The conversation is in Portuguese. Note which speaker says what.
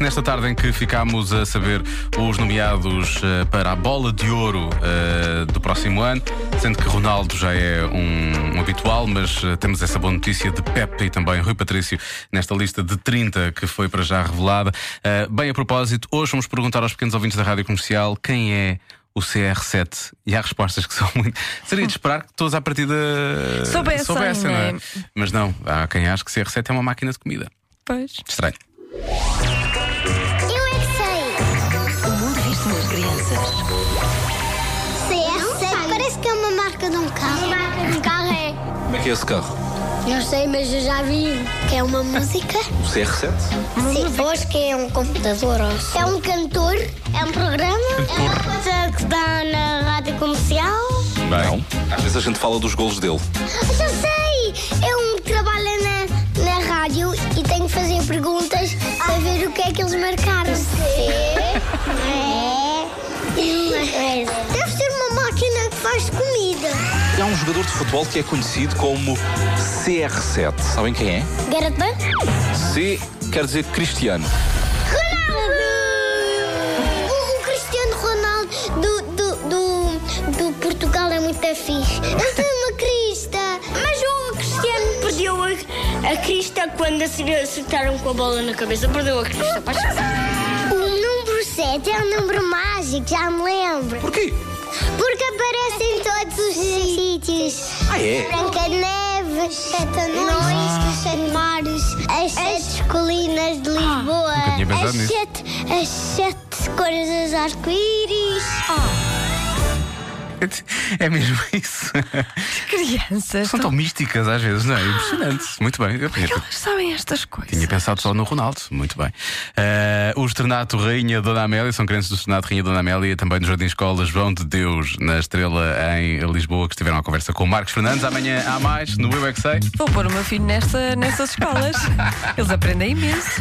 Speaker 1: Nesta tarde em que ficámos a saber os nomeados eh, para a Bola de Ouro eh, do próximo ano, sendo que Ronaldo já é um, um habitual, mas eh, temos essa boa notícia de Pepe e também Rui Patrício nesta lista de 30 que foi para já revelada. Eh, bem, a propósito, hoje vamos perguntar aos pequenos ouvintes da Rádio Comercial quem é o CR7 e há respostas que são muito. Seria de esperar que todos à partida eh,
Speaker 2: Soubessem,
Speaker 1: soubessem não é?
Speaker 2: né?
Speaker 1: Mas não, há quem acha que CR7 é uma máquina de comida.
Speaker 2: Pois.
Speaker 1: Estranho.
Speaker 3: Eu é que sei.
Speaker 4: O mundo visto nas crianças.
Speaker 3: CR7 parece que é uma marca de um carro. Uma marca de um carro é.
Speaker 5: Como é que é esse carro?
Speaker 3: Não sei, mas eu já vi que é uma música.
Speaker 5: O CR7?
Speaker 3: Sim, acho que é um computador. É um cantor, é um programa, é uma coisa que dá na rádio comercial.
Speaker 1: Bem.
Speaker 5: Às vezes a gente fala dos golos dele.
Speaker 3: Já sei! É um que trabalha na, na rádio e tem que fazer perguntas para ver o que é que eles marcaram. É. Deve ser uma máquina que faz comida.
Speaker 5: E há um jogador de futebol que é conhecido como CR7. Sabem quem é?
Speaker 3: Garota?
Speaker 5: C quer dizer Cristiano.
Speaker 3: Ronaldo! O, o Um Cristiano Ronaldo do, do, do, do Portugal é muito fixe. Ele tem uma crista.
Speaker 6: Mas o Cristiano perdeu a, a crista quando acere- acertaram com a bola na cabeça. Perdeu a crista. Pá,
Speaker 3: O número 7 é um número mágico, já me lembro.
Speaker 5: Porquê?
Speaker 3: Porque aparece em todos os sítios.
Speaker 5: Ah, é? Ah.
Speaker 3: Branca de Neve, Sete Anões, os Sete Mares, as Sete Colinas de Lisboa,
Speaker 1: Nunca tinha pensado
Speaker 3: as,
Speaker 1: nisso.
Speaker 3: sete, as Sete Cores dos Arco-Íris.
Speaker 5: Ah.
Speaker 1: É mesmo isso.
Speaker 2: Crianças.
Speaker 1: São tão místicas às vezes, não é? Impressionante. Muito bem. Eu tinha,
Speaker 2: Elas sabem estas coisas.
Speaker 1: tinha pensado só no Ronaldo. Muito bem. Eh, o Estrenato Rainha Dona Amélia, são crianças do Estrenato Rainha Dona Amélia, também do Jardim Escola João de Deus, na Estrela em Lisboa, que estiveram à conversa com o Marcos Fernandes. Amanhã há mais no Eu é Que Sei.
Speaker 2: Vou pôr o meu filho nesta, nessas escolas. Eles aprendem imenso.